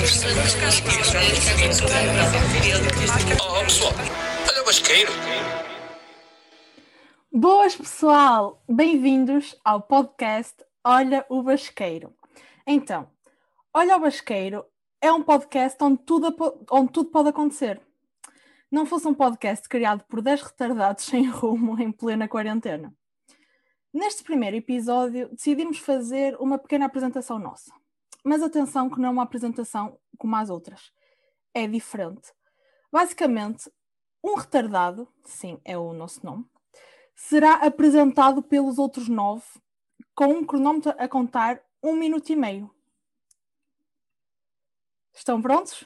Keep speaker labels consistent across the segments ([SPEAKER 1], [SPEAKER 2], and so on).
[SPEAKER 1] pessoas das casas que estão a Oh, pessoal, olha o basqueiro.
[SPEAKER 2] Boas, pessoal! Bem-vindos ao podcast Olha o Basqueiro. Então, Olha o Basqueiro é um podcast onde tudo, apo- onde tudo pode acontecer. Não fosse um podcast criado por 10 retardados sem rumo em plena quarentena. Neste primeiro episódio, decidimos fazer uma pequena apresentação nossa. Mas atenção que não é uma apresentação como as outras. É diferente. Basicamente, um retardado, sim, é o nosso nome, será apresentado pelos outros nove com um cronómetro a contar um minuto e meio. Estão prontos?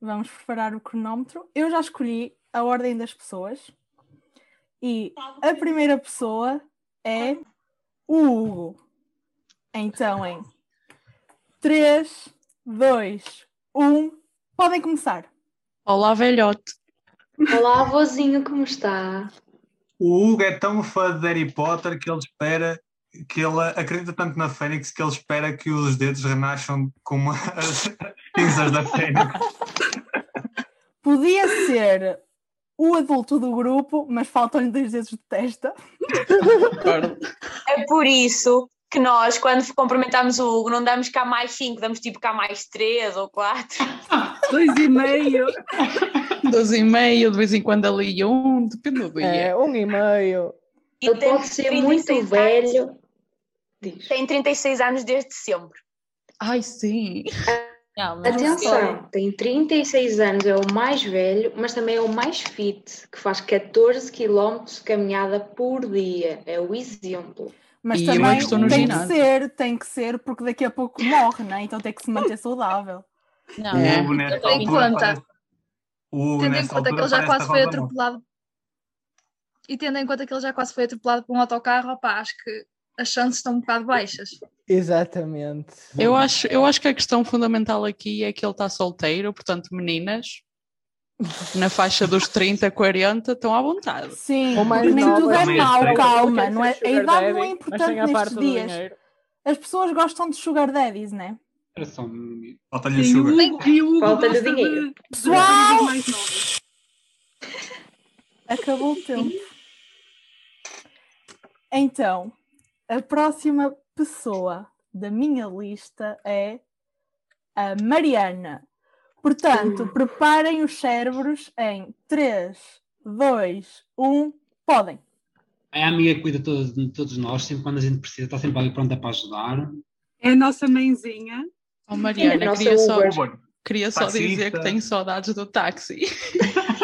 [SPEAKER 2] Vamos preparar o cronómetro. Eu já escolhi a ordem das pessoas e a primeira pessoa é o Hugo. Então, em 3, 2, 1, podem começar.
[SPEAKER 3] Olá, velhote.
[SPEAKER 4] Olá, avôzinho, como está?
[SPEAKER 5] O Hugo é tão fã de Harry Potter que ele espera que ele acredita tanto na Fênix que ele espera que os dedos renasçam como as cinzas da Fênix.
[SPEAKER 2] Podia ser o adulto do grupo, mas faltam-lhe dois dedos de testa.
[SPEAKER 6] É por isso que nós, quando cumprimentamos o Hugo, não damos cá mais cinco, damos tipo cá mais três ou quatro.
[SPEAKER 7] Dois e meio.
[SPEAKER 3] Dois e meio, de vez em quando ali um, depende do dia.
[SPEAKER 8] É, um e meio.
[SPEAKER 6] E
[SPEAKER 4] Ele
[SPEAKER 6] tem
[SPEAKER 4] pode ser muito
[SPEAKER 6] 36 Anos,
[SPEAKER 4] velho. Diz.
[SPEAKER 6] tem 36 anos desde sempre.
[SPEAKER 3] Ai, sim.
[SPEAKER 4] Atenção, tem 36 anos, é o mais velho, mas também é o mais fit, que faz 14 km de caminhada por dia. É o exemplo.
[SPEAKER 2] Mas
[SPEAKER 8] é
[SPEAKER 3] E eu é
[SPEAKER 2] também
[SPEAKER 3] estou no
[SPEAKER 2] tem
[SPEAKER 3] ginásio.
[SPEAKER 2] que ser, tem que ser, porque daqui a pouco morre, né? Então tem que se manter saudável.
[SPEAKER 5] O
[SPEAKER 3] É.
[SPEAKER 5] Hugo nessa
[SPEAKER 7] Tendo em
[SPEAKER 5] altura
[SPEAKER 7] conta-
[SPEAKER 5] parece- o Hugo
[SPEAKER 7] Tendo em
[SPEAKER 5] nessa
[SPEAKER 7] conta que
[SPEAKER 5] altura
[SPEAKER 7] ele já
[SPEAKER 5] parece
[SPEAKER 7] quase foi
[SPEAKER 5] Rafa Mão.
[SPEAKER 7] atropelado. E tendo em conta que ele já quase foi atropelado por um autocarro, opá, acho que as chances estão um bocado baixas.
[SPEAKER 8] Exatamente.
[SPEAKER 3] Eu acho, eu acho que a questão fundamental aqui é que ele está solteiro, portanto, meninas na faixa dos 30, 40 estão à vontade.
[SPEAKER 2] Sim,
[SPEAKER 8] Ou mais
[SPEAKER 2] porque nem
[SPEAKER 8] novas.
[SPEAKER 2] tudo é
[SPEAKER 5] Também é
[SPEAKER 2] mau,
[SPEAKER 5] estranho.
[SPEAKER 2] calma. Não é,
[SPEAKER 8] Quer ser
[SPEAKER 2] a
[SPEAKER 8] sugar
[SPEAKER 2] idade não é
[SPEAKER 8] daddy, mas
[SPEAKER 2] importante
[SPEAKER 8] tem a parte
[SPEAKER 2] nestes
[SPEAKER 8] do
[SPEAKER 2] dias.
[SPEAKER 8] dinheiro.
[SPEAKER 2] As pessoas gostam de sugar daddies, né?
[SPEAKER 9] um
[SPEAKER 5] Falta-lhe o sugar.
[SPEAKER 7] E o Hugo
[SPEAKER 4] Falta-lhe
[SPEAKER 7] gosta
[SPEAKER 4] dinheiro.
[SPEAKER 7] de-
[SPEAKER 2] Pessoal!
[SPEAKER 7] de mais novas.
[SPEAKER 2] Acabou o tempo. Então, a próxima pessoa da minha lista é a Mariana.
[SPEAKER 4] Hum.
[SPEAKER 2] Portanto, preparem os cérebros em 3, 2, 1, podem.
[SPEAKER 9] É a amiga que cuida de todos, de todos nós, sempre quando a gente precisa, está sempre ali pronta para ajudar.
[SPEAKER 10] É a nossa mãezinha.
[SPEAKER 3] Oh,
[SPEAKER 4] É a
[SPEAKER 3] Mariana,
[SPEAKER 4] nossa
[SPEAKER 3] queria só,
[SPEAKER 4] Uber.
[SPEAKER 5] Hugo,
[SPEAKER 3] queria só
[SPEAKER 5] Taxista.
[SPEAKER 3] dizer que tenho saudades do táxi.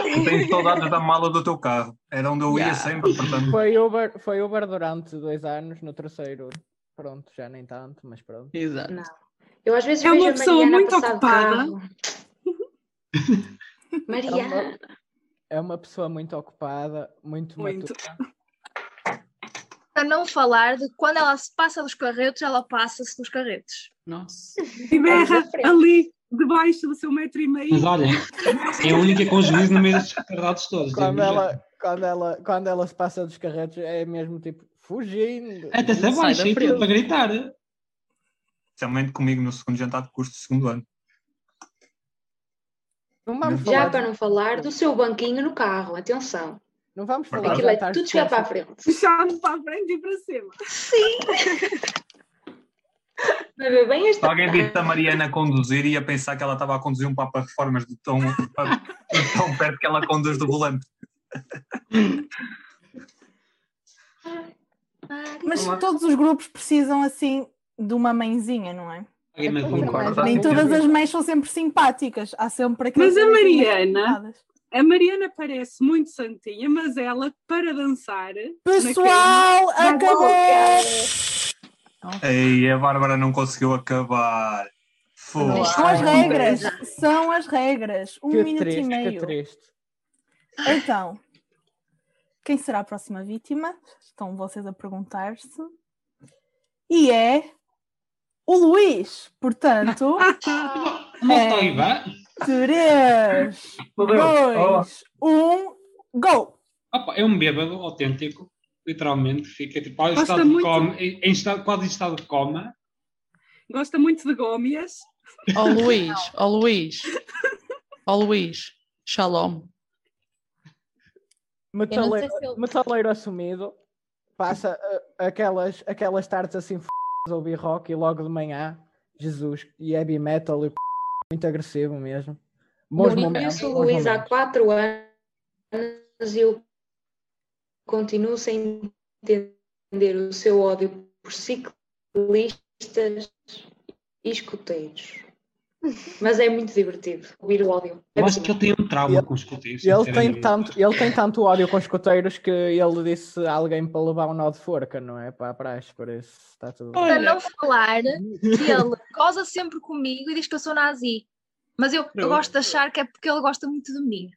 [SPEAKER 5] eu tenho saudades da mala do teu carro. Era onde eu ia
[SPEAKER 3] Yeah.
[SPEAKER 5] sempre, portanto.
[SPEAKER 8] Foi Uber, foi Uber durante dois anos, no terceiro. Pronto, já nem tanto, mas pronto.
[SPEAKER 3] Exato.
[SPEAKER 4] Eu às vezes
[SPEAKER 10] É uma
[SPEAKER 4] vejo a
[SPEAKER 10] pessoa
[SPEAKER 4] Mariana
[SPEAKER 10] muito
[SPEAKER 4] a passar
[SPEAKER 10] ocupada.
[SPEAKER 4] de carro.
[SPEAKER 10] Então,
[SPEAKER 4] Mariana,
[SPEAKER 8] É uma pessoa muito ocupada, muito
[SPEAKER 10] Muito.
[SPEAKER 8] matura.
[SPEAKER 7] Para não falar de quando ela se passa dos carretos, ela passa-se dos carretos.
[SPEAKER 3] Nossa.
[SPEAKER 4] É
[SPEAKER 10] E berra ali, debaixo do seu metro e
[SPEAKER 9] Mas
[SPEAKER 10] meio.
[SPEAKER 9] olha, é a única com juízo no meio destes retardados todos.
[SPEAKER 8] Quando
[SPEAKER 9] digo-vos já.
[SPEAKER 8] ela, quando, ela, quando ela se passa dos carretos, é mesmo tipo fugindo.
[SPEAKER 9] Até se
[SPEAKER 3] Sai
[SPEAKER 9] abaixa
[SPEAKER 3] da
[SPEAKER 9] e tudo
[SPEAKER 3] frente.
[SPEAKER 9] para gritar.
[SPEAKER 5] Especialmente comigo no segundo jantar de curso do segundo ano.
[SPEAKER 8] Não vamos falar,
[SPEAKER 4] já para não falar do seu banquinho no carro, atenção.
[SPEAKER 8] não vamos falar
[SPEAKER 4] Aquilo
[SPEAKER 8] de
[SPEAKER 4] é
[SPEAKER 8] jantares
[SPEAKER 4] tudo
[SPEAKER 8] de
[SPEAKER 4] chegar para a
[SPEAKER 8] terça.
[SPEAKER 4] frente.
[SPEAKER 10] Puxar-me para a frente e para cima.
[SPEAKER 4] Vai ver é bem
[SPEAKER 5] Se
[SPEAKER 4] esta
[SPEAKER 5] alguém disse a Mariana a conduzir, ia pensar que ela estava a conduzir um Papa Reformas de tão, de tão perto que ela conduz do volante.
[SPEAKER 2] Mas todos os grupos precisam assim de uma mãezinha, não é?
[SPEAKER 9] Alguém me
[SPEAKER 8] Concordo.
[SPEAKER 9] concorda.
[SPEAKER 2] Nem
[SPEAKER 8] Sim.
[SPEAKER 2] todas as mães são sempre simpáticas. Há sempre aquelas
[SPEAKER 10] Mas a
[SPEAKER 2] mãezinhas
[SPEAKER 10] Mariana-
[SPEAKER 2] complicadas.
[SPEAKER 10] A Mariana parece muito santinha, mas ela, para dançar,
[SPEAKER 2] Pessoal,
[SPEAKER 10] cama.
[SPEAKER 2] acabou!
[SPEAKER 5] Ei, a Bárbara não conseguiu acabar. Fogo.
[SPEAKER 2] São as regras, são as regras. Um
[SPEAKER 8] Que
[SPEAKER 2] minuto
[SPEAKER 8] triste,
[SPEAKER 2] e
[SPEAKER 8] que
[SPEAKER 2] meio.
[SPEAKER 8] triste.
[SPEAKER 2] Então, quem será a próxima vítima? Estão vocês a perguntar-se. E é o Luís. Portanto,
[SPEAKER 9] Não
[SPEAKER 2] É.
[SPEAKER 9] está aí, vá.
[SPEAKER 2] 3,
[SPEAKER 9] Meu Deus.
[SPEAKER 2] 2, 1, go!
[SPEAKER 9] Opa, é um bêbado autêntico, literalmente, fica tipo, ah, em
[SPEAKER 10] Gosta
[SPEAKER 9] estado de
[SPEAKER 10] muito.
[SPEAKER 9] coma, em, em estado, quase em estado de coma,
[SPEAKER 10] Gosta muito de gómias.
[SPEAKER 3] Ó Oh, Luís, ó Luís, ó Luís, shalom.
[SPEAKER 8] Metaleiro,
[SPEAKER 11] se ele-
[SPEAKER 8] metaleiro assumido, passa uh, aquelas, aquelas tardes assim f a ouvir rock e logo de manhã, Jesus, e heavy metal e o c****, muito agressivo mesmo. Bons
[SPEAKER 4] Eu
[SPEAKER 8] momentos,
[SPEAKER 4] conheço o
[SPEAKER 8] bons
[SPEAKER 4] Luís há
[SPEAKER 8] momentos.
[SPEAKER 4] quatro anos e eu continuo sem entender o seu ódio por ciclistas e escuteiros. Mas é muito divertido ouvir o ódio.
[SPEAKER 9] Eu acho que ele tem um trauma com os escuteiros.
[SPEAKER 8] Ele tem,
[SPEAKER 9] sinceramente.
[SPEAKER 8] tanto, ele tem tanto ódio com os escuteiros que ele disse a alguém para levar um nó de forca, não é? Para trás, por isso está tudo bem.
[SPEAKER 7] Para não falar que ele goza sempre comigo e diz que eu sou nazi. Mas eu, eu
[SPEAKER 8] Pronto.
[SPEAKER 7] gosto de achar que é porque ele gosta muito de mim.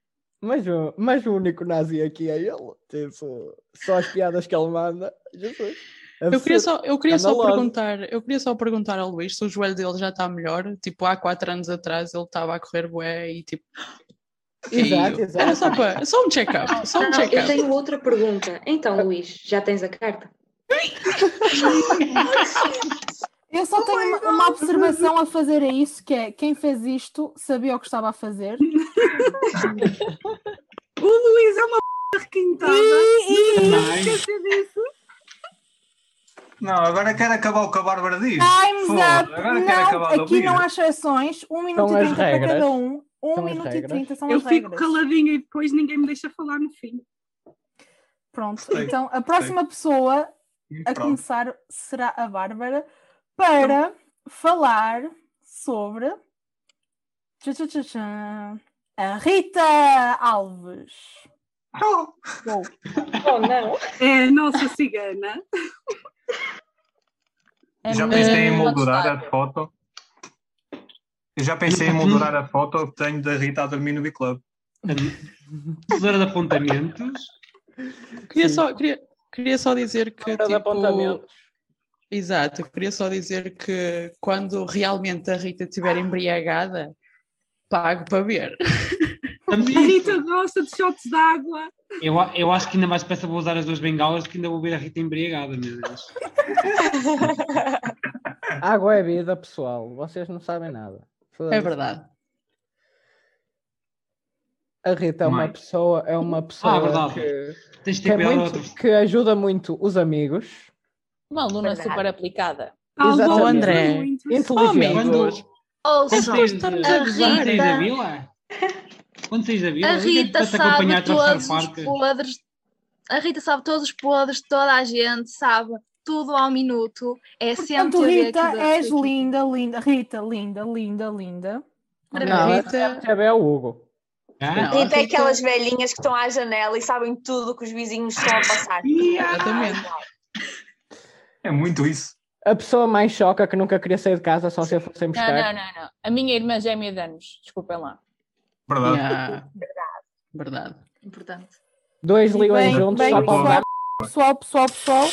[SPEAKER 8] Mas, o- mas o único nazi aqui é ele. Tipo, só as piadas que ele manda. Jesus.
[SPEAKER 3] Eu queria, só, eu, queria só
[SPEAKER 8] Escandaloso.
[SPEAKER 3] perguntar, eu queria só perguntar ao Luís se o joelho dele já está melhor. Tipo, há quatro anos atrás ele estava a correr bué e tipo.
[SPEAKER 4] Exato,
[SPEAKER 3] feio.
[SPEAKER 4] exato.
[SPEAKER 3] Era só, para, só um check-up. Só um
[SPEAKER 4] Não, eu
[SPEAKER 3] check-up.
[SPEAKER 4] tenho outra pergunta. Então, Luís, já tens a carta?
[SPEAKER 2] Eu
[SPEAKER 10] Oh
[SPEAKER 2] só tenho uma, uma observação a fazer a isso, que é quem fez isto sabia o que estava a fazer.
[SPEAKER 10] O Luís é uma p requintada.
[SPEAKER 2] Ih, ih.
[SPEAKER 10] Não esquecer disso.
[SPEAKER 5] Não, agora quero acabar o que a Bárbara diz.
[SPEAKER 2] Time's
[SPEAKER 5] Foda,
[SPEAKER 2] up!
[SPEAKER 5] Agora é quero
[SPEAKER 2] Não,
[SPEAKER 5] acabar de
[SPEAKER 2] aqui
[SPEAKER 5] ouvir.
[SPEAKER 2] não há exceções. 1 minuto
[SPEAKER 5] São
[SPEAKER 2] e
[SPEAKER 5] as
[SPEAKER 2] 30 para
[SPEAKER 5] regras.
[SPEAKER 2] cada um.
[SPEAKER 5] São
[SPEAKER 2] 1
[SPEAKER 5] as
[SPEAKER 2] minuto e
[SPEAKER 5] regras.
[SPEAKER 2] 30 são
[SPEAKER 10] Eu
[SPEAKER 2] as
[SPEAKER 10] fico
[SPEAKER 2] regras.
[SPEAKER 10] caladinha e depois ninguém me deixa falar no fim.
[SPEAKER 2] Pronto,
[SPEAKER 10] Sei,
[SPEAKER 2] então a próxima pessoa a
[SPEAKER 10] pronto.
[SPEAKER 2] começar será a Bárbara para falar sobre tchá, tchá, tchá, tchá, a Rita Alves.
[SPEAKER 5] Oh,
[SPEAKER 4] não.
[SPEAKER 10] É a nossa cigana.
[SPEAKER 5] Já pensei em moldurar a foto. Eu já pensei em moldurar a foto que tenho da Rita a dormir no B-Club.
[SPEAKER 9] Tesoura de apontamentos.
[SPEAKER 3] Queria só, queria, queria só dizer
[SPEAKER 8] de
[SPEAKER 3] que. Tipo,
[SPEAKER 8] apontamentos.
[SPEAKER 3] exato, queria só dizer que quando realmente a Rita estiver embriagada, pago para ver.
[SPEAKER 10] A Rita gosta de shots de água.
[SPEAKER 9] Eu, a- eu acho que ainda mais depressa vou usar as duas bengalas que ainda vou ver a Rita embriagada, meu Deus.
[SPEAKER 8] Água é vida, pessoal. Vocês não sabem nada. Foda-se.
[SPEAKER 3] É verdade.
[SPEAKER 8] A Rita é uma
[SPEAKER 9] Mãe.
[SPEAKER 8] pessoa, é uma pessoa
[SPEAKER 9] verdade.
[SPEAKER 8] que,
[SPEAKER 9] Tens de ter
[SPEAKER 8] que é
[SPEAKER 9] cuidado
[SPEAKER 8] muito-
[SPEAKER 9] ao outro-
[SPEAKER 8] que ajuda muito os amigos.
[SPEAKER 11] Uma aluna
[SPEAKER 8] Verdade.
[SPEAKER 11] super aplicada.
[SPEAKER 10] um
[SPEAKER 8] Exatamente.
[SPEAKER 9] Oh,
[SPEAKER 8] Inteligente.
[SPEAKER 9] amigos. Quando
[SPEAKER 11] Ouçam,
[SPEAKER 9] saís
[SPEAKER 11] a
[SPEAKER 9] de- da
[SPEAKER 11] Rita,
[SPEAKER 9] vila? é? Quando saís da vila?
[SPEAKER 7] A
[SPEAKER 9] eu
[SPEAKER 7] Rita
[SPEAKER 9] tento-te acompanhar
[SPEAKER 7] sabe
[SPEAKER 9] a atravessar
[SPEAKER 7] todos
[SPEAKER 9] o
[SPEAKER 7] os
[SPEAKER 9] parque.
[SPEAKER 7] podres. A Rita sabe todos os podres, de toda a gente sabe tudo ao minuto. É sempre
[SPEAKER 2] Portanto,
[SPEAKER 7] a ver
[SPEAKER 2] Rita,
[SPEAKER 7] aqui da-
[SPEAKER 2] és linda, linda. Rita, linda, linda, linda.
[SPEAKER 8] Não,
[SPEAKER 2] Rita-
[SPEAKER 8] é bem o Hugo.
[SPEAKER 9] Ah,
[SPEAKER 6] Rita é aquelas velhinhas que estão à janela e sabem tudo o que os vizinhos estão a passar.
[SPEAKER 3] Exatamente.
[SPEAKER 5] É muito isso.
[SPEAKER 8] A pessoa mais choca que nunca queria sair de casa só se a fossem
[SPEAKER 11] Não, não,
[SPEAKER 8] buscar.
[SPEAKER 11] não, não. A minha irmã gêmea de anos. Desculpem lá.
[SPEAKER 5] Verdade.
[SPEAKER 3] Verdade.
[SPEAKER 11] Importante.
[SPEAKER 8] Dois ligam
[SPEAKER 2] Bem,
[SPEAKER 8] juntos
[SPEAKER 2] bem,
[SPEAKER 8] só para
[SPEAKER 2] pessoal,
[SPEAKER 8] levar.
[SPEAKER 2] pessoal, pessoal, pessoal.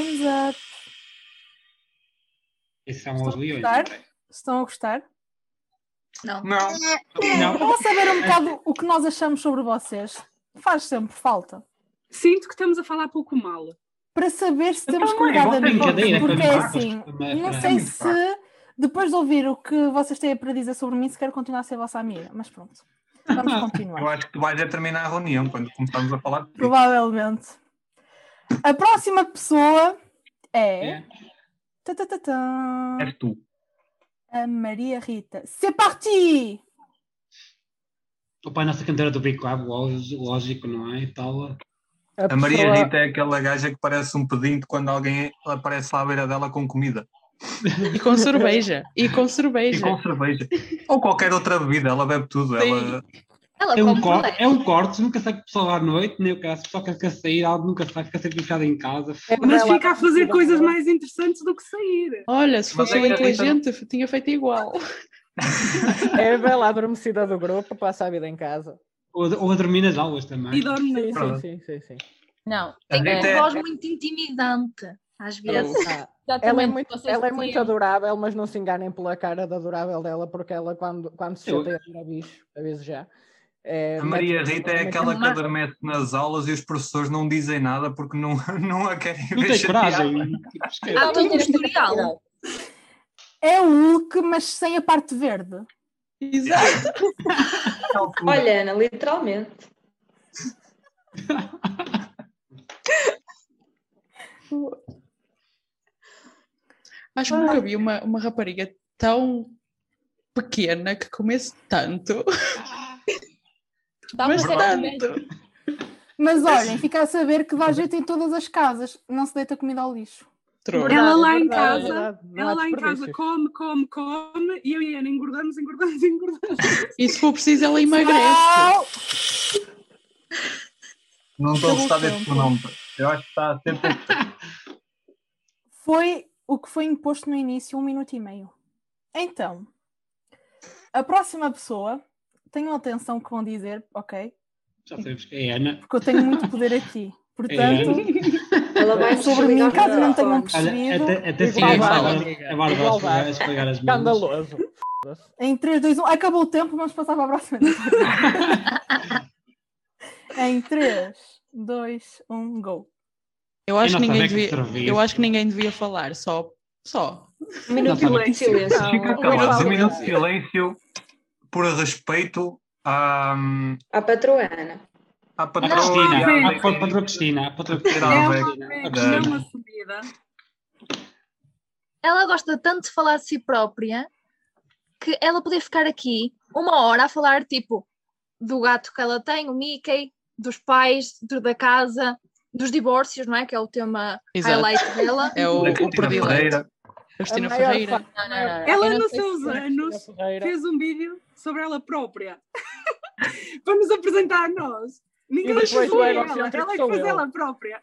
[SPEAKER 2] Time's up.
[SPEAKER 9] Esse é um aos leões.
[SPEAKER 2] Gostar? Estão a gostar?
[SPEAKER 7] Não.
[SPEAKER 9] Não.
[SPEAKER 2] Eu vou saber um bocado o que nós achamos sobre vocês. Faz sempre falta.
[SPEAKER 10] Sinto que estamos a falar pouco mal.
[SPEAKER 2] Para saber se temos
[SPEAKER 10] Então, mãe,
[SPEAKER 2] cuidado
[SPEAKER 10] vou
[SPEAKER 2] de
[SPEAKER 10] brincadeira,
[SPEAKER 2] amigos. Porque é
[SPEAKER 10] foi-me
[SPEAKER 2] assim,
[SPEAKER 10] fraco, mas-
[SPEAKER 2] não
[SPEAKER 10] mas-
[SPEAKER 2] sei
[SPEAKER 10] muito
[SPEAKER 2] se depois de ouvir o que vocês têm para dizer sobre mim, se quero continuar a ser vossa amiga. Mas pronto, vamos continuar.
[SPEAKER 5] Eu acho que tu vais a terminar a reunião quando começarmos a falar.
[SPEAKER 2] Provavelmente. A próxima pessoa é. Tã, tã, tã, tã.
[SPEAKER 5] És tu.
[SPEAKER 2] A Maria Rita. C'est parti!
[SPEAKER 9] O pai, nossa cantora do Big Club, lógico, lógico, não é? E tal.
[SPEAKER 5] A Maria Rita é aquela gaja que parece um pedinte quando alguém aparece lá à beira dela com comida.
[SPEAKER 3] E com cerveja. E com cerveja.
[SPEAKER 5] E com cerveja. Ou qualquer outra bebida, é ela bebe tudo. Ela...
[SPEAKER 9] é, um corte, é um corte, nunca sai com o pessoal à noite, nem o cara, se só quer quer sair, algo nunca sai, fica sempre fechado em casa.
[SPEAKER 8] É
[SPEAKER 10] Mas fica a fazer coisas mais interessantes do que sair.
[SPEAKER 3] Olha, se
[SPEAKER 9] Mas
[SPEAKER 3] fosse
[SPEAKER 9] é que-
[SPEAKER 3] inteligente, tinha feito igual.
[SPEAKER 8] É a bela adormecida do grupo, passa a vida em casa.
[SPEAKER 9] Ou, ou a dormir nas aulas também.
[SPEAKER 8] E dorme nas Sim, sim, aulas.
[SPEAKER 9] sim,
[SPEAKER 8] sim, sim.
[SPEAKER 11] Não,
[SPEAKER 9] A
[SPEAKER 11] tem
[SPEAKER 9] Rita é-
[SPEAKER 11] uma voz muito intimidante, às
[SPEAKER 5] Então,
[SPEAKER 11] vezes.
[SPEAKER 8] Ah,
[SPEAKER 11] Exatamente,
[SPEAKER 8] ela é muito,
[SPEAKER 11] vocês
[SPEAKER 8] ela é
[SPEAKER 11] diziam.
[SPEAKER 8] muito adorável, mas não se enganem pela cara de adorável dela, porque ela, quando, quando se
[SPEAKER 9] Eu-
[SPEAKER 8] chateia, vira bicho, aviso já. É,
[SPEAKER 5] A Maria
[SPEAKER 8] mete-
[SPEAKER 5] Rita
[SPEAKER 8] mete-
[SPEAKER 5] é aquela que
[SPEAKER 8] mete-
[SPEAKER 5] adormece nas aulas e os professores não dizem nada porque não, não a querem
[SPEAKER 9] Não
[SPEAKER 5] ver
[SPEAKER 9] tem
[SPEAKER 5] chateada.
[SPEAKER 9] coragem.
[SPEAKER 2] Então,
[SPEAKER 7] Há todo um historial.
[SPEAKER 2] É o Hulk, mas sem a parte verde.
[SPEAKER 3] Exato.
[SPEAKER 4] Olha, Ana, literalmente.
[SPEAKER 3] Acho que nunca vi uma, uma rapariga tão pequena que comesse tanto.
[SPEAKER 11] Dá
[SPEAKER 3] Mas
[SPEAKER 11] para ser
[SPEAKER 3] tanto.
[SPEAKER 2] Mas olhem, fica a saber que dá jeito em todas as casas. Não se deita comida ao lixo.
[SPEAKER 10] Ela lá em casa, ela lá em casa come, come, come e eu e a Ana engordamos, engordamos, engordamos.
[SPEAKER 3] E se for preciso, ela
[SPEAKER 2] Não!
[SPEAKER 3] emagrece.
[SPEAKER 5] Não estou a gostar desse
[SPEAKER 2] Tempo.
[SPEAKER 5] pronome. Eu acho que está a ser pouco.
[SPEAKER 2] Foi o que foi imposto no início, um minuto e meio. Então, a próxima pessoa, tenham atenção que vão dizer, ok?
[SPEAKER 9] Já sabemos que é a Ana.
[SPEAKER 2] Porque eu tenho muito poder aqui. Portanto,
[SPEAKER 10] É.
[SPEAKER 4] Ela vai
[SPEAKER 2] sobre mim,
[SPEAKER 4] desligar
[SPEAKER 2] caso
[SPEAKER 4] o
[SPEAKER 2] não tenham
[SPEAKER 4] telefone.
[SPEAKER 2] percebido.
[SPEAKER 9] Olha, até- até se
[SPEAKER 2] igualdade.
[SPEAKER 9] ninguém fala.
[SPEAKER 8] amiga.
[SPEAKER 9] É verdade,
[SPEAKER 8] Igualdade.
[SPEAKER 9] as pegar as mãos.
[SPEAKER 8] Escandaloso.
[SPEAKER 2] Em 3, 2, 1. Acabou o tempo, vamos passar para a próxima. em 3, 2, 1, go.
[SPEAKER 3] Eu acho,
[SPEAKER 9] Eu
[SPEAKER 3] que
[SPEAKER 9] não sabia
[SPEAKER 3] ninguém
[SPEAKER 9] que
[SPEAKER 3] devia,
[SPEAKER 9] serviço.
[SPEAKER 3] eu acho que ninguém devia falar, só. só.
[SPEAKER 4] Um minuto
[SPEAKER 9] Não,
[SPEAKER 4] de silêncio.
[SPEAKER 5] Fica
[SPEAKER 4] Não, não.
[SPEAKER 5] calado. Um minuto de silêncio por respeito à, hum,
[SPEAKER 4] À patroana.
[SPEAKER 5] à
[SPEAKER 9] A
[SPEAKER 5] patroa. e à
[SPEAKER 9] Cristina, a
[SPEAKER 5] lei-
[SPEAKER 9] patroa Cristina, a patroa
[SPEAKER 5] Não,
[SPEAKER 9] Cristina.
[SPEAKER 5] velho.
[SPEAKER 9] A
[SPEAKER 5] Não.
[SPEAKER 9] Cristina.
[SPEAKER 10] assumida.
[SPEAKER 7] Ela gosta tanto de falar de si própria que ela podia ficar aqui uma hora a falar, tipo, do gato que ela tem, o Mickey, dos pais, do- da casa, dos divórcios, não é? Que é o tema
[SPEAKER 3] Exato.
[SPEAKER 7] highlight dela.
[SPEAKER 3] É o,
[SPEAKER 5] Da
[SPEAKER 3] o
[SPEAKER 5] Cristina
[SPEAKER 3] predileto.
[SPEAKER 5] Ferreira.
[SPEAKER 3] A Cristina
[SPEAKER 8] maior fa-
[SPEAKER 3] Ferreira.
[SPEAKER 11] Não, não, não.
[SPEAKER 10] Ela,
[SPEAKER 11] Eu não
[SPEAKER 10] nos
[SPEAKER 11] sei
[SPEAKER 10] seus
[SPEAKER 11] se-
[SPEAKER 10] anos,
[SPEAKER 8] Cristina Ferreira.
[SPEAKER 10] fez um vídeo sobre ela própria. para nos apresentar a nós. Ninguém
[SPEAKER 8] depois
[SPEAKER 10] fez
[SPEAKER 8] o
[SPEAKER 10] ela. Ela é
[SPEAKER 8] egocêntrico
[SPEAKER 10] que
[SPEAKER 8] sou
[SPEAKER 10] fez
[SPEAKER 8] eu.
[SPEAKER 10] ela própria.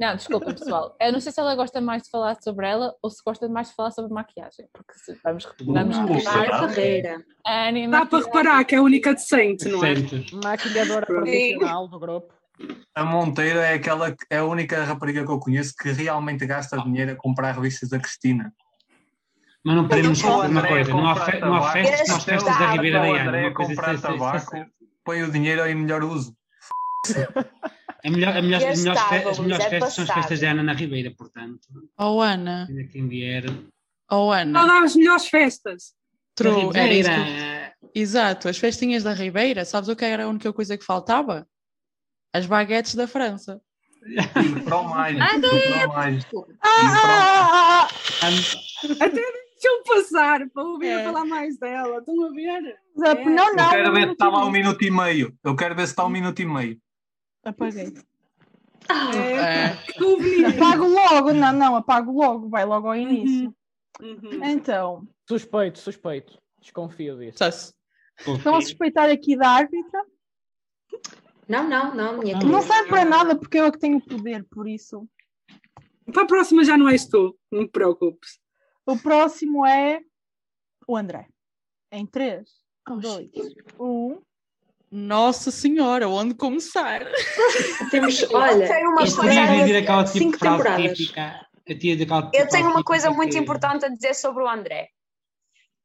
[SPEAKER 11] Não, desculpa, pessoal. Eu não sei se ela gosta mais de falar sobre ela ou se gosta mais de falar sobre maquiagem. Porque se vamos, vamos
[SPEAKER 9] Uh,
[SPEAKER 11] reparar,
[SPEAKER 4] Ana Ferreira.
[SPEAKER 11] a Ana e
[SPEAKER 10] Dá para
[SPEAKER 11] maquiagem-
[SPEAKER 10] reparar que é a única decente, não é?
[SPEAKER 9] Sente.
[SPEAKER 8] Maquilhadora profissional do grupo.
[SPEAKER 5] A Monteiro é aquela que- é a única rapariga que eu conheço que realmente gasta dinheiro a comprar revistas da Cristina.
[SPEAKER 9] Mas não podemos
[SPEAKER 5] Ou a
[SPEAKER 9] esquecer uma
[SPEAKER 5] Andréia
[SPEAKER 9] coisa, não há,
[SPEAKER 5] comprar
[SPEAKER 9] fe não há
[SPEAKER 5] tabaco,
[SPEAKER 9] festas, não é? há
[SPEAKER 5] até o
[SPEAKER 9] festas da Ribeira
[SPEAKER 5] Ou
[SPEAKER 9] da
[SPEAKER 5] a Andréia
[SPEAKER 9] Ana.
[SPEAKER 5] comprar
[SPEAKER 9] assim,
[SPEAKER 5] tabaco, põe o dinheiro é- em melhor uso.
[SPEAKER 9] A melhor, a melhor,
[SPEAKER 6] Já
[SPEAKER 9] as melhores, fe
[SPEAKER 6] estava,
[SPEAKER 9] as melhores
[SPEAKER 6] Luís, é
[SPEAKER 9] festas são as
[SPEAKER 6] passado.
[SPEAKER 9] festas da Ana na Ribeira, portanto.
[SPEAKER 3] Oh, Ana.
[SPEAKER 9] Ainda quem vier.
[SPEAKER 3] Oh,
[SPEAKER 10] Ela
[SPEAKER 3] Ana.
[SPEAKER 10] dá as melhores festas.
[SPEAKER 3] True.
[SPEAKER 9] Da
[SPEAKER 3] Era isso que-
[SPEAKER 9] Ribeira.
[SPEAKER 3] Exato. As festinhas da Ribeira. Sabes o que era a única coisa que faltava? As baguetes da França.
[SPEAKER 5] E o Pro mais.
[SPEAKER 7] Ah,
[SPEAKER 5] o
[SPEAKER 2] então é
[SPEAKER 5] Pro mais.
[SPEAKER 2] Ah,
[SPEAKER 10] Deixa-me passar para ouvir
[SPEAKER 3] É.
[SPEAKER 10] falar mais dela. Estão a ver? É.
[SPEAKER 2] Não, ah, não.
[SPEAKER 5] Eu quero ver se está lá um minuto e meio. Eu quero ver se está um minuto e meio.
[SPEAKER 2] Apaguei.
[SPEAKER 10] É.
[SPEAKER 3] É.
[SPEAKER 10] Conveniente.
[SPEAKER 2] Apago logo. Não, não, apago logo. Vai logo ao início.
[SPEAKER 10] Uhum.
[SPEAKER 2] Então,
[SPEAKER 8] Suspeito, suspeito. Desconfio disso.
[SPEAKER 3] Só-se.
[SPEAKER 2] estão a suspeitar aqui da árbitra?
[SPEAKER 4] Não, não, não, minha
[SPEAKER 9] Não.
[SPEAKER 4] querida.
[SPEAKER 2] Não serve para nada porque eu é que tenho o poder, por isso.
[SPEAKER 10] Para a próxima já não és tu, não te preocupes.
[SPEAKER 2] O próximo é o André. Em um. 3, 2, 1.
[SPEAKER 3] Nossa Senhora, onde começar?
[SPEAKER 4] Temos, olha,
[SPEAKER 6] tenho uma
[SPEAKER 4] isto
[SPEAKER 9] Eu
[SPEAKER 2] é
[SPEAKER 6] coisa
[SPEAKER 9] ia
[SPEAKER 6] a
[SPEAKER 4] vai-
[SPEAKER 6] dizer-
[SPEAKER 9] dizer aquela tipo
[SPEAKER 4] cinco
[SPEAKER 9] de frase
[SPEAKER 4] temporadas.
[SPEAKER 9] típica. Eu tinha de aquela tipo
[SPEAKER 6] Eu
[SPEAKER 9] frase
[SPEAKER 6] tenho uma
[SPEAKER 9] típica
[SPEAKER 6] coisa muito
[SPEAKER 9] Então, que-
[SPEAKER 6] importante a dizer sobre o André.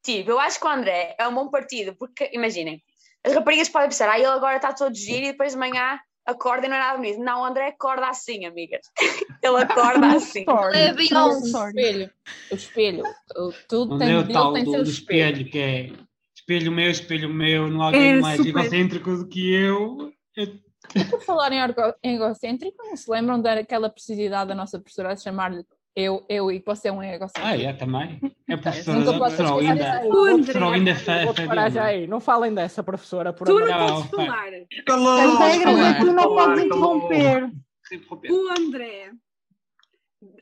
[SPEAKER 6] Tipo, eu acho que o André é um bom partido, porque, imaginem, as raparigas podem pensar, ah, ele agora está todo giro e depois de manhã acorda e não é nada bonito. Não, o André acorda assim, amigas. Ele acorda assim.
[SPEAKER 11] É bem ao
[SPEAKER 2] Sorry.
[SPEAKER 11] espelho. O espelho. O- Tudo
[SPEAKER 9] Onde
[SPEAKER 11] tem,
[SPEAKER 9] é
[SPEAKER 11] dele
[SPEAKER 9] o tal
[SPEAKER 11] tem
[SPEAKER 9] do,
[SPEAKER 11] seu
[SPEAKER 9] do
[SPEAKER 11] espelho.
[SPEAKER 9] espelho, que é espelho meu, espelho meu, não há alguém
[SPEAKER 10] É
[SPEAKER 9] mais
[SPEAKER 10] super.
[SPEAKER 9] egocêntrico do que eu. Eu-
[SPEAKER 11] Por falar em orgo- em egocêntrico, não se lembram daquela precisidade da nossa professora de chamar-lhe eu, eu e que você é um egocêntrico?
[SPEAKER 9] Ah, é, também. É a professora,
[SPEAKER 11] Tá, Nunca
[SPEAKER 9] a
[SPEAKER 11] posso
[SPEAKER 9] professora
[SPEAKER 11] esquecer
[SPEAKER 9] ainda.
[SPEAKER 11] essa-
[SPEAKER 10] O
[SPEAKER 9] A
[SPEAKER 10] André,
[SPEAKER 9] professora ainda fa-
[SPEAKER 8] Vou parar já
[SPEAKER 9] fazia.
[SPEAKER 8] aí. Não falem dessa professora, por
[SPEAKER 10] tu
[SPEAKER 8] amor
[SPEAKER 10] não
[SPEAKER 8] de
[SPEAKER 9] Não,
[SPEAKER 10] podes
[SPEAKER 9] vai.
[SPEAKER 10] falar.
[SPEAKER 2] As
[SPEAKER 5] Calou!
[SPEAKER 2] regras é que tu não
[SPEAKER 5] Calou!
[SPEAKER 2] podes interromper.
[SPEAKER 10] O André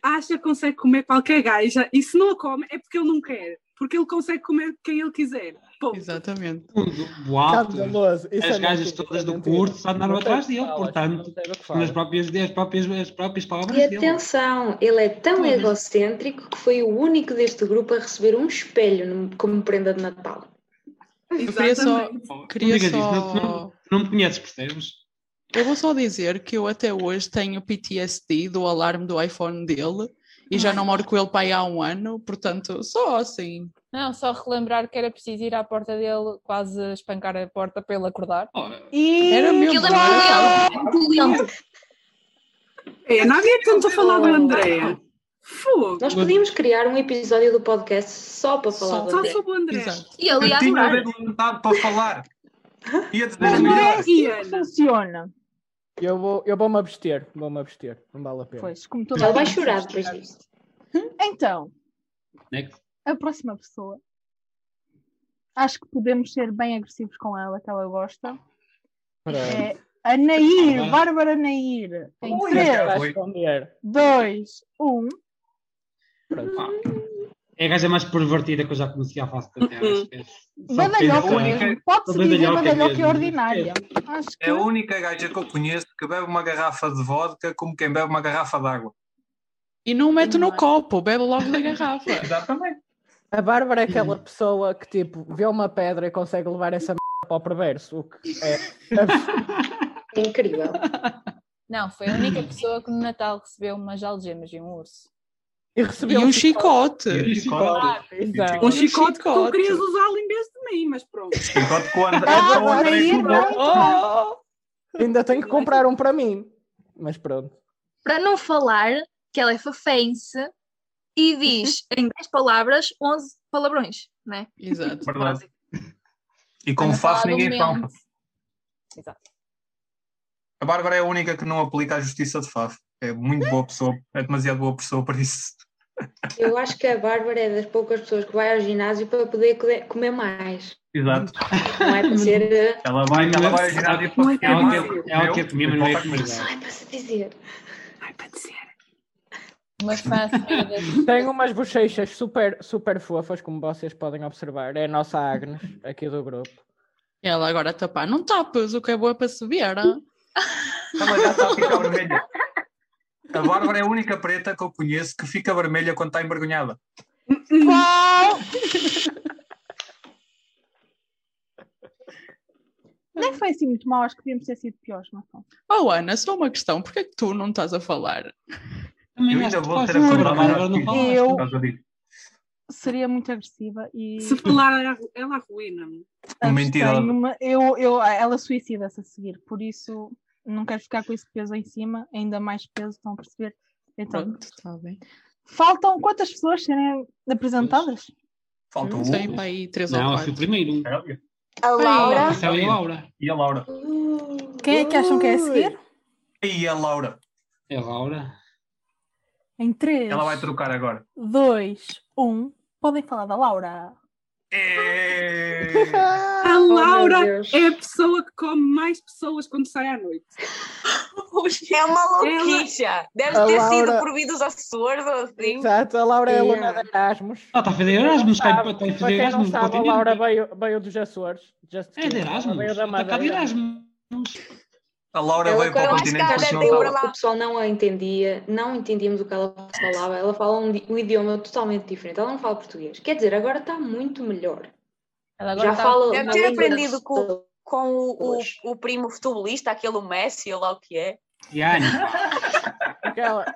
[SPEAKER 10] acha que consegue comer qualquer gaja e se não a come é porque ele não quer. Porque ele consegue comer quem ele quiser. Ponto.
[SPEAKER 3] Exatamente.
[SPEAKER 9] Tudo, boato.
[SPEAKER 8] Escandaloso. Isso
[SPEAKER 9] As
[SPEAKER 8] é
[SPEAKER 9] gajas
[SPEAKER 8] mentira,
[SPEAKER 9] todas
[SPEAKER 8] isso é
[SPEAKER 9] do
[SPEAKER 8] mentira.
[SPEAKER 9] curso andaram
[SPEAKER 8] Não sei
[SPEAKER 9] atrás
[SPEAKER 8] o que
[SPEAKER 9] dele,
[SPEAKER 8] falas,
[SPEAKER 9] portanto,
[SPEAKER 8] não sei do que
[SPEAKER 9] nas
[SPEAKER 8] falas.
[SPEAKER 9] próprias, as próprias, as próprias palavras
[SPEAKER 4] E
[SPEAKER 9] dele.
[SPEAKER 4] atenção, ele é tão egocêntrico que foi o único deste grupo a receber um espelho num- como prenda de Natal.
[SPEAKER 3] Eu queria só.
[SPEAKER 10] Exatamente.
[SPEAKER 9] Não
[SPEAKER 3] Queria
[SPEAKER 9] digas isso, é não, não,
[SPEAKER 3] só...
[SPEAKER 9] não me conheces, percebes?
[SPEAKER 3] Eu vou só dizer que eu até hoje tenho PTSD do alarme do iPhone dele E já não moro com ele para aí há um ano, portanto, só assim.
[SPEAKER 11] Não, só relembrar que era preciso ir à porta dele, quase espancar a porta para ele acordar.
[SPEAKER 2] E...
[SPEAKER 11] Era meu
[SPEAKER 10] Aquilo
[SPEAKER 11] pai.
[SPEAKER 10] É, não havia tanto a falar do André.
[SPEAKER 4] Nós podíamos criar um episódio do podcast só para falar do André.
[SPEAKER 10] sobre o André.
[SPEAKER 4] E ele ia
[SPEAKER 5] Eu tinha
[SPEAKER 4] adorar.
[SPEAKER 5] dedo levantado para falar. Ia dizer as
[SPEAKER 8] é
[SPEAKER 2] André
[SPEAKER 5] melhores.
[SPEAKER 2] assim que funciona.
[SPEAKER 8] Eu vou- eu vou-me abster, vou-me abster, não vale a pena.
[SPEAKER 2] Pois, como toda
[SPEAKER 8] Ela
[SPEAKER 2] a
[SPEAKER 8] vai
[SPEAKER 2] gente
[SPEAKER 8] chorar
[SPEAKER 2] sabe.
[SPEAKER 8] depois disto.
[SPEAKER 2] Então,
[SPEAKER 9] Next.
[SPEAKER 2] a próxima pessoa. Acho que podemos ser bem agressivos com ela, que ela gosta. É a Nair,
[SPEAKER 8] Olá.
[SPEAKER 2] Bárbara Nair. Em um.
[SPEAKER 8] Ui, vai
[SPEAKER 2] 3,
[SPEAKER 8] esconder.
[SPEAKER 2] 2, 1.
[SPEAKER 9] É a gaja mais pervertida que eu já conheci à face da terra. esquece. Só é
[SPEAKER 2] Badalhoca
[SPEAKER 9] pensa-
[SPEAKER 2] mesmo. Pode-se dizer
[SPEAKER 9] Badalhoca
[SPEAKER 2] badalhoca
[SPEAKER 9] mesmo.
[SPEAKER 2] ordinária. Acho
[SPEAKER 5] É a única gaja que eu conheço que bebe uma garrafa de vodka como quem bebe uma garrafa de água.
[SPEAKER 3] E não mete no copo, bebe logo da garrafa.
[SPEAKER 5] Exatamente.
[SPEAKER 8] A Bárbara é aquela pessoa que, tipo, vê uma pedra e consegue levar essa merda para o perverso, o que é
[SPEAKER 4] incrível.
[SPEAKER 11] Não, foi a única pessoa que no Natal recebeu umas algemas e um urso.
[SPEAKER 8] E
[SPEAKER 3] E um chicote.
[SPEAKER 11] Ah, exato.
[SPEAKER 10] Um chicote que tu
[SPEAKER 3] chicote.
[SPEAKER 10] querias usá-lo em vez de mim, mas pronto.
[SPEAKER 5] Enquanto que o André,
[SPEAKER 8] Ah,
[SPEAKER 5] o André
[SPEAKER 8] daí
[SPEAKER 5] comprou.
[SPEAKER 8] não.
[SPEAKER 3] Oh!
[SPEAKER 8] Ainda tenho que comprar um para mim. Mas pronto.
[SPEAKER 7] Para não falar que ela é fafense e diz em 10 palavras 11 palavrões, né?
[SPEAKER 3] Exato.
[SPEAKER 5] Verdade. E com
[SPEAKER 11] Ana
[SPEAKER 5] Fafo
[SPEAKER 11] Paula
[SPEAKER 5] ninguém
[SPEAKER 11] Leão.
[SPEAKER 5] fala.
[SPEAKER 11] Exato.
[SPEAKER 5] A Bárbara é a única que não aplica a justiça de Fafo. É muito boa pessoa, é demasiado boa pessoa para isso.
[SPEAKER 4] Eu acho que a Bárbara é das poucas pessoas que vai ao ginásio para poder co- comer mais.
[SPEAKER 5] Exato.
[SPEAKER 4] Não é para ser.
[SPEAKER 5] Ela vai, ela vai ao ginásio para
[SPEAKER 9] Ela
[SPEAKER 5] ficar mais
[SPEAKER 9] quer- ela quer comer, mas não é comida.
[SPEAKER 4] Não é para se dizer.
[SPEAKER 10] Ai, para dizer.
[SPEAKER 11] Uma fã seguida
[SPEAKER 8] Tenho umas bochechas super, super fofas, como vocês podem observar. É a nossa Agnes, aqui do grupo.
[SPEAKER 3] Ela agora a tapar. Não tapas, o que é boa para se ver. ah?
[SPEAKER 10] Uh.
[SPEAKER 5] Ela já está a ficar vermelha. A Bárbara é a única preta que eu conheço que fica vermelha quando está envergonhada.
[SPEAKER 2] Qual? Nem foi assim muito mal, acho que podíamos ter sido piores, mas pronto.
[SPEAKER 3] Oh, Ana, só uma questão. Porquê é que tu não estás a falar?
[SPEAKER 9] Também
[SPEAKER 5] Eu
[SPEAKER 9] acho
[SPEAKER 5] ainda
[SPEAKER 9] que
[SPEAKER 5] vou
[SPEAKER 9] faz
[SPEAKER 5] ter a
[SPEAKER 9] mal,
[SPEAKER 5] cobrar mais
[SPEAKER 9] agora
[SPEAKER 5] aos
[SPEAKER 9] não
[SPEAKER 5] filhos
[SPEAKER 9] falaste.
[SPEAKER 2] Eu-
[SPEAKER 5] por causa disso.
[SPEAKER 2] Seria muito agressiva e
[SPEAKER 10] Se falar, ela- ela arruína-me.
[SPEAKER 5] Um mentiroso.
[SPEAKER 2] abstenho-me. Eu, eu, ela suicida-se a seguir, por isso não quero ficar com esse peso em cima, ainda mais peso, estão a perceber? Então,
[SPEAKER 3] Pronto, está bem.
[SPEAKER 2] faltam quantas pessoas serem apresentadas?
[SPEAKER 5] Falta o
[SPEAKER 3] Não sei, para aí três ou
[SPEAKER 9] Não, eu fui
[SPEAKER 3] quatro.
[SPEAKER 9] o primeiro. é
[SPEAKER 5] Hélio
[SPEAKER 6] A
[SPEAKER 9] A
[SPEAKER 6] Laura.
[SPEAKER 9] Célia e a Laura.
[SPEAKER 5] É, e a Laura.
[SPEAKER 2] Quem é que acham que é a seguir?
[SPEAKER 5] E a Laura.
[SPEAKER 9] É a Laura.
[SPEAKER 2] Em 3,
[SPEAKER 5] Ela vai trocar agora.
[SPEAKER 2] 2, 1. Podem falar da Laura.
[SPEAKER 5] É...
[SPEAKER 10] A
[SPEAKER 4] Oh, meu
[SPEAKER 10] Laura
[SPEAKER 4] Deus.
[SPEAKER 10] é a pessoa que come mais pessoas quando sai à noite.
[SPEAKER 6] É uma louquicha. Deve
[SPEAKER 8] A
[SPEAKER 6] ter sido
[SPEAKER 8] Laura-
[SPEAKER 6] por vir dos Açores ou assim.
[SPEAKER 8] Exato, a Laura é aluna
[SPEAKER 4] Yeah.
[SPEAKER 8] de Erasmus.
[SPEAKER 9] Ah, está a fazer Erasmus, está
[SPEAKER 8] Sabe,
[SPEAKER 9] a
[SPEAKER 8] para
[SPEAKER 9] fazer
[SPEAKER 8] quem Então, não
[SPEAKER 9] Erasmus.
[SPEAKER 8] sabe, a
[SPEAKER 9] continua.
[SPEAKER 8] Laura veio, veio dos Açores. Just
[SPEAKER 9] É de
[SPEAKER 8] kidding, ela
[SPEAKER 9] Erasmus.
[SPEAKER 8] Veio da
[SPEAKER 9] Está cá de
[SPEAKER 8] Madeira.
[SPEAKER 9] Erasmus.
[SPEAKER 5] A Laura
[SPEAKER 4] Ela
[SPEAKER 5] veio para o
[SPEAKER 4] agora
[SPEAKER 5] continente
[SPEAKER 6] está
[SPEAKER 5] porque não
[SPEAKER 6] dentro
[SPEAKER 5] estava.
[SPEAKER 6] da lá.
[SPEAKER 4] O pessoal não a entendia, não entendíamos o que ela falava. Ela fala um, di- um idioma totalmente diferente. Ela não fala português. Quer dizer, agora está muito melhor.
[SPEAKER 11] Ela agora
[SPEAKER 4] Já
[SPEAKER 10] tá
[SPEAKER 11] está-
[SPEAKER 4] fala.
[SPEAKER 6] Deve
[SPEAKER 4] uma
[SPEAKER 6] ter
[SPEAKER 4] língua
[SPEAKER 6] aprendido com,
[SPEAKER 4] pessoa.
[SPEAKER 6] com o,
[SPEAKER 4] Pois.
[SPEAKER 6] o, o primo futebolista, aquele Messi, ou lá o que é.
[SPEAKER 9] E a Ana.
[SPEAKER 8] Porque Ela,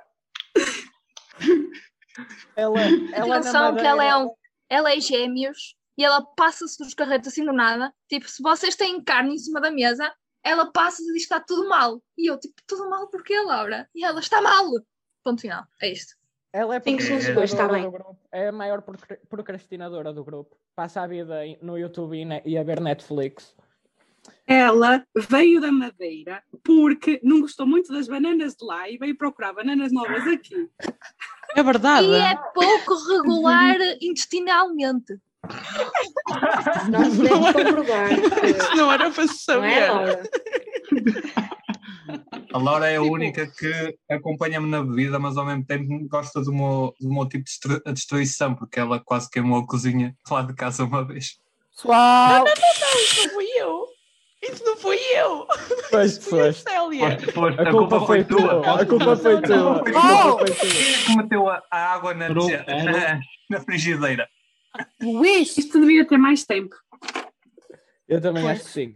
[SPEAKER 8] ela, ela na
[SPEAKER 7] Atenção que ela é,
[SPEAKER 8] Madeira-
[SPEAKER 7] um- ela é gêmeos e ela passa-se dos carretos assim do nada. Tipo, se vocês têm carne em cima da mesa, ela passa-se e diz que está tudo mal. E eu, tipo, tudo mal porquê, Laura? E ela, está mal. Ponto final. É isto.
[SPEAKER 8] Ela é
[SPEAKER 4] Cinco
[SPEAKER 5] segundos
[SPEAKER 8] procrastinadora
[SPEAKER 4] depois, está bem.
[SPEAKER 8] do grupo. É a maior procra- procrastinadora do grupo. Passa a vida em- no YouTube e, ne- e a ver Netflix.
[SPEAKER 10] Ela veio da Madeira porque não gostou muito das bananas de lá e veio procurar bananas novas aqui.
[SPEAKER 3] É verdade.
[SPEAKER 7] E é pouco regular intestinalmente.
[SPEAKER 3] é?
[SPEAKER 4] Nós podemos comprovar que.
[SPEAKER 3] Isso não era para se
[SPEAKER 4] Não é,
[SPEAKER 3] saber.
[SPEAKER 4] Laura?
[SPEAKER 5] A Laura é a única que acompanha-me na bebida, mas ao mesmo tempo gosta do meu, do meu tipo de destru- a destruição, porque ela quase queimou a cozinha lá de casa uma vez.
[SPEAKER 8] Pessoal!
[SPEAKER 3] Isso não fui eu. Isso não fui eu.
[SPEAKER 8] Foste,
[SPEAKER 3] Foi a
[SPEAKER 8] foste.
[SPEAKER 3] Célia.
[SPEAKER 5] Foste,
[SPEAKER 8] A culpa foi tua. A culpa foi tua. A culpa foi tua.
[SPEAKER 5] Quem é que meteu a, a água na,
[SPEAKER 9] Parou,
[SPEAKER 8] é,
[SPEAKER 9] parou.
[SPEAKER 5] na frigideira?
[SPEAKER 2] Luís,
[SPEAKER 10] Isto devia ter mais tempo.
[SPEAKER 8] Eu também acho que sim.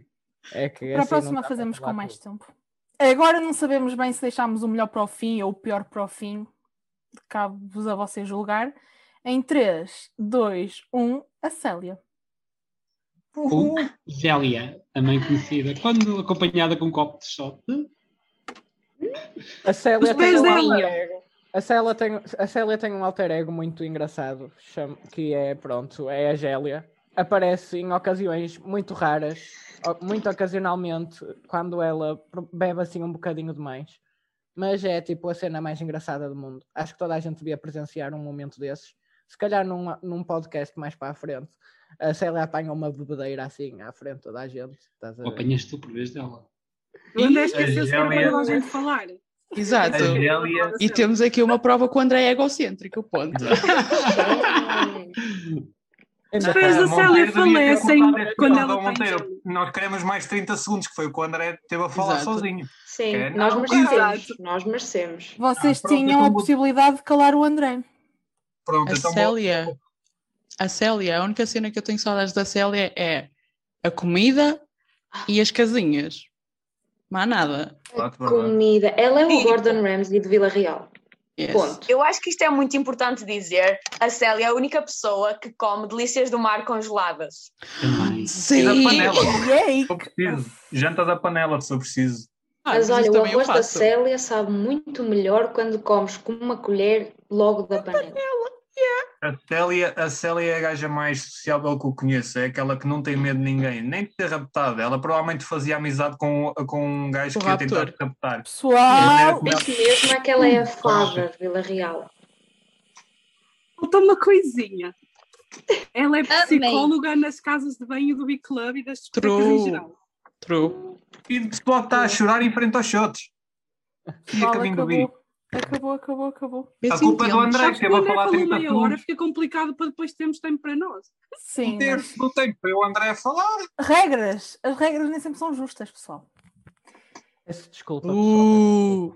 [SPEAKER 8] É que
[SPEAKER 2] para
[SPEAKER 8] assim não
[SPEAKER 2] a
[SPEAKER 8] dá
[SPEAKER 2] próxima
[SPEAKER 8] para
[SPEAKER 2] fazemos
[SPEAKER 8] falar
[SPEAKER 2] com mais
[SPEAKER 8] tudo.
[SPEAKER 2] tempo. Agora não sabemos bem se deixámos o melhor para o fim ou o pior para o fim. cabe-vos a vocês julgar. Em 3, 2, 1, a Célia.
[SPEAKER 9] Ou Zélia, também conhecida, quando acompanhada com um copo de shot.
[SPEAKER 8] A Célia
[SPEAKER 9] Os
[SPEAKER 8] tem
[SPEAKER 9] pés
[SPEAKER 8] um
[SPEAKER 9] dela.
[SPEAKER 8] alter ego. A Célia, tem, a Célia tem um alter ego muito engraçado, chama- que é, pronto, é a Gélia. Aparece em ocasiões muito raras, o- muito ocasionalmente, quando ela pro- bebe assim um bocadinho demais. Mas é tipo a cena mais engraçada do mundo. Acho que toda a gente devia presenciar um momento desses. Se calhar num, num podcast mais para a frente, a Célia apanha uma bebedeira assim à frente de toda a gente. Estás a
[SPEAKER 9] Ou
[SPEAKER 8] ver?
[SPEAKER 9] apanhas tu por vez dela. é
[SPEAKER 10] Eu andei a
[SPEAKER 9] A
[SPEAKER 10] esquecer-se que era
[SPEAKER 9] Gélia-
[SPEAKER 10] para toda a gente falar.
[SPEAKER 3] Exato. E temos aqui uma prova que o André é egocêntrico, ponto.
[SPEAKER 10] Depois da Célia é falecem quando ela tem
[SPEAKER 5] Monteiro, Nós queremos mais 30 segundos, que foi o que o André teve a falar
[SPEAKER 4] Exato.
[SPEAKER 5] sozinho.
[SPEAKER 4] Sim,
[SPEAKER 5] Que é,
[SPEAKER 4] nós
[SPEAKER 5] não,
[SPEAKER 4] merecemos. Nós merecemos.
[SPEAKER 2] Vocês tinham a possibilidade de calar o André.
[SPEAKER 5] Pronto,
[SPEAKER 3] a Célia, a Célia, a única cena que eu tenho saudades da Célia é a comida e as casinhas. Mas nada.
[SPEAKER 7] É.
[SPEAKER 4] Comida. Ela é o Gordon Ramsay de Vila Real.
[SPEAKER 6] Ponto. Eu acho que isto é muito importante dizer. A Célia é a única pessoa que come delícias do mar congeladas.
[SPEAKER 5] Sim. Da panela.
[SPEAKER 10] É
[SPEAKER 2] Se
[SPEAKER 5] eu preciso. Janta da panela, se eu preciso.
[SPEAKER 4] Ah, Mas olha, o arroz da Célia sabe muito melhor quando comes com uma colher logo da panela.
[SPEAKER 5] A Célia, a Célia é a gaja mais sociável que eu conheço, é aquela que não tem medo de ninguém, nem de ser raptada. Ela provavelmente fazia amizade com, com um gajo
[SPEAKER 4] O
[SPEAKER 5] que ia
[SPEAKER 4] raptor.
[SPEAKER 5] tentar raptar.
[SPEAKER 2] Pessoal!
[SPEAKER 4] Isso mesmo, aquela é a fada de Vila Real.
[SPEAKER 10] Falta uma coisinha. Ela é
[SPEAKER 4] Amém.
[SPEAKER 10] psicóloga nas casas de banho do Big Club e das discotecas em
[SPEAKER 5] True.
[SPEAKER 10] geral.
[SPEAKER 3] True.
[SPEAKER 5] E o pessoal está a chorar em frente aos shots. E a
[SPEAKER 10] Fala,
[SPEAKER 5] caminho do bico.
[SPEAKER 10] acabou. Acabou, acabou, acabou.
[SPEAKER 5] A culpa é do André,
[SPEAKER 10] Sabes
[SPEAKER 5] que
[SPEAKER 10] o
[SPEAKER 5] vai
[SPEAKER 10] André
[SPEAKER 5] falar
[SPEAKER 10] um falou
[SPEAKER 5] 30
[SPEAKER 10] meia hora,
[SPEAKER 5] segundos.
[SPEAKER 10] fica complicado para depois termos tempo para nós.
[SPEAKER 2] Sim.
[SPEAKER 5] Um terço do tempo foi o André a falar.
[SPEAKER 2] Regras. As regras nem sempre são justas, pessoal.
[SPEAKER 8] Peço desculpa.
[SPEAKER 5] Uh.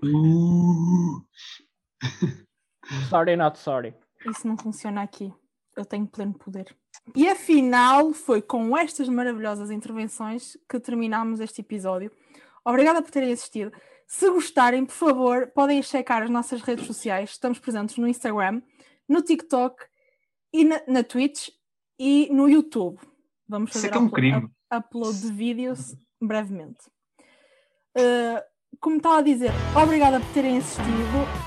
[SPEAKER 3] pessoal.
[SPEAKER 8] Sorry, not sorry.
[SPEAKER 2] Isso não funciona aqui. Eu tenho pleno poder. E afinal, foi com estas maravilhosas intervenções que terminámos este episódio. Obrigada por terem assistido. Se gostarem, por favor, podem checar as nossas redes sociais. Estamos presentes no Instagram, no TikTok e na, na Twitch e no YouTube. Vamos
[SPEAKER 5] Isso é
[SPEAKER 2] fazer
[SPEAKER 5] que é um
[SPEAKER 2] uplo-
[SPEAKER 5] crime.
[SPEAKER 2] up- upload de vídeos brevemente. Uh, como estava a dizer, obrigada por terem assistido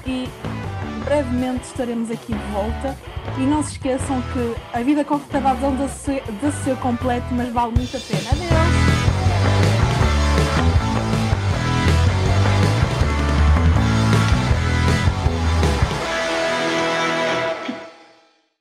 [SPEAKER 2] e brevemente estaremos aqui de volta. E não se esqueçam que a vida com retardado não deve ser, deve ser completo, mas vale muito a pena. Adeus!